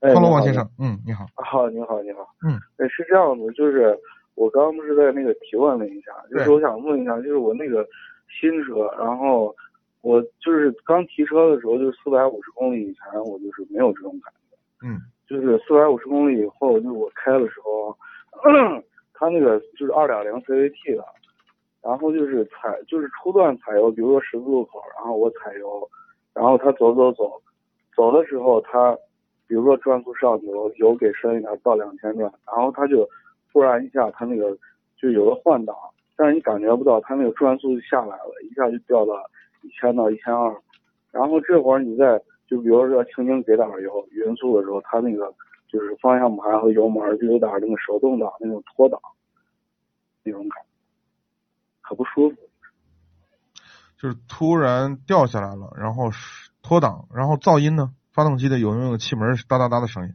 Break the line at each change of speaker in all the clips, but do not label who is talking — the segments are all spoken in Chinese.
哎，
，Hello，王
你好啊
先生，嗯，你好，
好，你好，你好。
嗯
呃，是这样子，就是我刚刚不是在那个提问了一下，就
对
是我想问一下，就是我那个新车，然后我就是刚提车的时候，就是四百五十公里以前，我就是没有这种感觉，
嗯
就是四百五十公里以后，就是我开的时候，它那个就是二点零 CVT 的，然后就是踩就是初段踩油，比如说十字路口，然后我踩油，然后它走走走，走的时候它，比如说转速上去了，油给深一点到两千转，然后它就突然一下它那个就有了换挡，但是你感觉不到它那个转速就下来了，一下就掉到一千到一千二，然后这会儿你再就比如说轻轻给点油，匀速的时候，它那个就是方向盘和油门就有点那个手动挡那种脱档那种感觉，可不舒服。
就是突然掉下来了，然后是脱档，然后噪音呢？发动机的有没有气门哒哒哒的声音？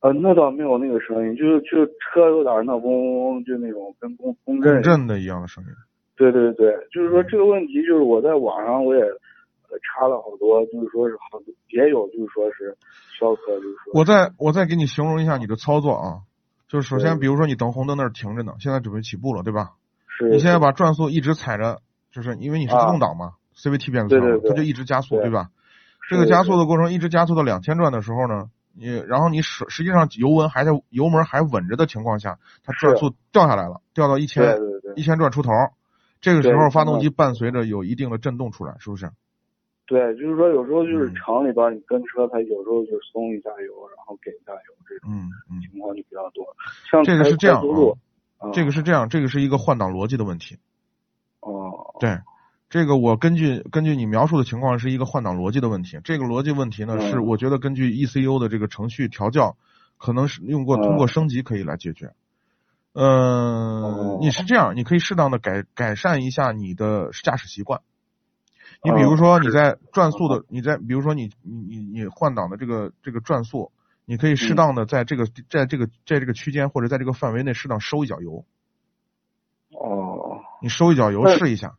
呃，那倒没有那个声音，就是就车有点那嗡嗡嗡，就那种跟公公震
共
一样。
振的一样的声音。
对对对，就是说这个问题，就是我在网上我也呃查了好多，就是说是好多也有，就是说是逍客，就是说
我再我再给你形容一下你的操作啊，就是首先
对
比如说你等红灯那儿停着呢，现在准备起步了，对吧？
是
你现在把转速一直踩着，就是因为你是自动挡嘛、c v t 变速
啊对
箱嘛，
对对
它就一直加速，
对
对吧？
是
这个加速的过程一直加速到两千转的时候呢，你然后你实实际上油温还在油门还稳着的情况下，它转速掉下来了，掉到一
对
千
对对
一千转出头，这个时
对
候发
真的
动机伴随着有一定的震动出来，是不是？
对，就是说有时候就是
嗯
城里边你跟车，它有时候就松一下油，然后给一下油，这种
嗯嗯，
情况就比较多。像
这个
开
是这样
高速路，啊
这个是这样，这个是一个换挡逻辑的问题。
哦，
对，这个我根据根据你描述的情况是一个换挡逻辑的问题。这个逻辑问题呢，
嗯
是我觉得根据 ECU 的这个程序调教，可能是用过通过
嗯
升级可以来解决。嗯
哦，
你是这样，你可以适当的改改善一下你的驾驶习惯。你
哦
比如说你在转速的，你在比如说你你你你换挡的这个这个转速，你可以适
嗯
当的在这个在这个在这个区间或者在这个范围内适当收一脚油，
哦。
你收一脚油
但
试一下。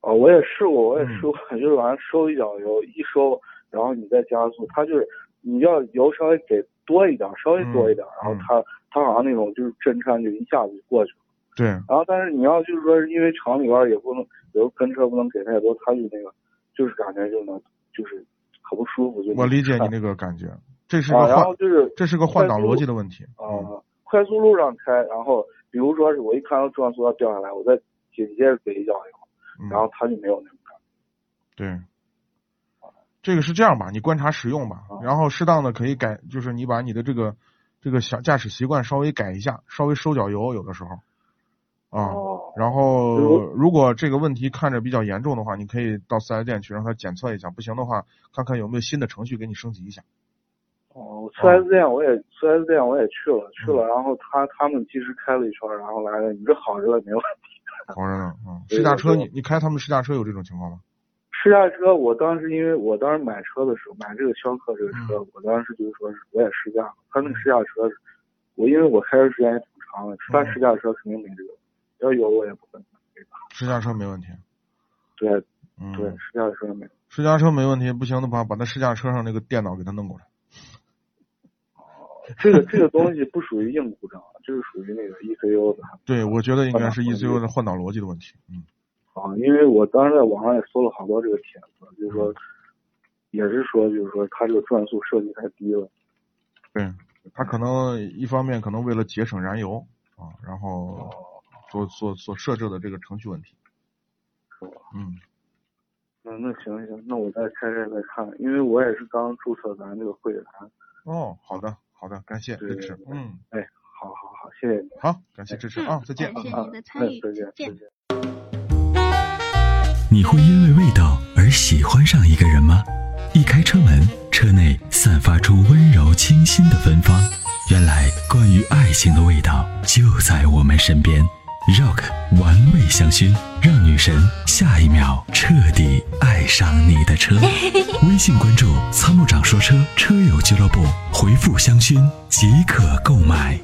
哦，我也试过，我也
嗯
试过， 就是往上收一脚油，一收，然后你再加速，它就是你要油稍微给多一点，稍微多一点，然
嗯
后它它好像那种就是震颤就一下子就过去了。
对，
然后但是你要就是说，因为厂里边也不能，有时候跟车不能给太多，它就那个就是感觉就能就是可不舒服，就
我理解你
那
那个感觉，这是一
啊，
个
然
换
后就是
这是个换挡逻辑的问题。
啊、
嗯，
快速路上开，然后比如说是我一看到转速要掉下来，我再紧接着给一脚油，
嗯啊
然后它就没有那种感觉。
对，这个是这样吧，你观察使用吧，
啊
然后适当的可以改，就是你把你的这个这个小驾驶习惯稍微改一下，稍微收脚油，有的时候啊。
哦，
然后
比如，
如果这个问题看着比较严重的话，你可以到四 S 店去让他检测一下，不行的话，看看有没有新的程序给你升级一下。
哦，嗯四 S 店我也四 S 店我也去了，去了，然后他他们其实开了一圈，然后来了，你这好着了没有？
好着呢，嗯，
对
试驾车
对
你你开他们试驾车有这种情况吗？
试驾车，我当时因为我当时买车的时候，买这个逍客这个车，我当时就是说是我也试驾了，他那个试驾车是，我因为我开的时间也挺长了，他试驾车肯定没这个，要有我也不会买。
试驾车没问题。
对
嗯，
对，试驾车没。
试驾车没问题，不行的话，把那试驾车上那个电脑给他弄过来。
这个这个东西不属于硬故障，啊就是属于那个 ECU 的
对，我觉得应该是
换挡
ECU 的换挡逻辑的问题。嗯，
啊。因为我当时在网上也搜了好多这个帖子，就是说，也是说，就是说它这个转速设计太低了。
对，他可能一方面可能为了节省燃油啊，然后所所所设置的这个程序问题。嗯，
嗯，那行行，那我再拆开再看，因为我也是刚注册咱这个会员，
哦，好的，好的，感谢
对
支持
对，对
嗯，
好好好，谢谢你。
好，感谢支持啊，再见。
感谢
啊
你的
哎
参与，
再见，
再
再见
见。。
你会因为味道而喜欢上一个人吗？一开车门，车内散发出温柔清新的芬芳。原来，关于爱情的味道就在我们身边。Rock 玩味香薰，让女神下一秒彻底爱上你的车。微信关注“参谋长说车”车友俱乐部，回复“香薰”即可购买。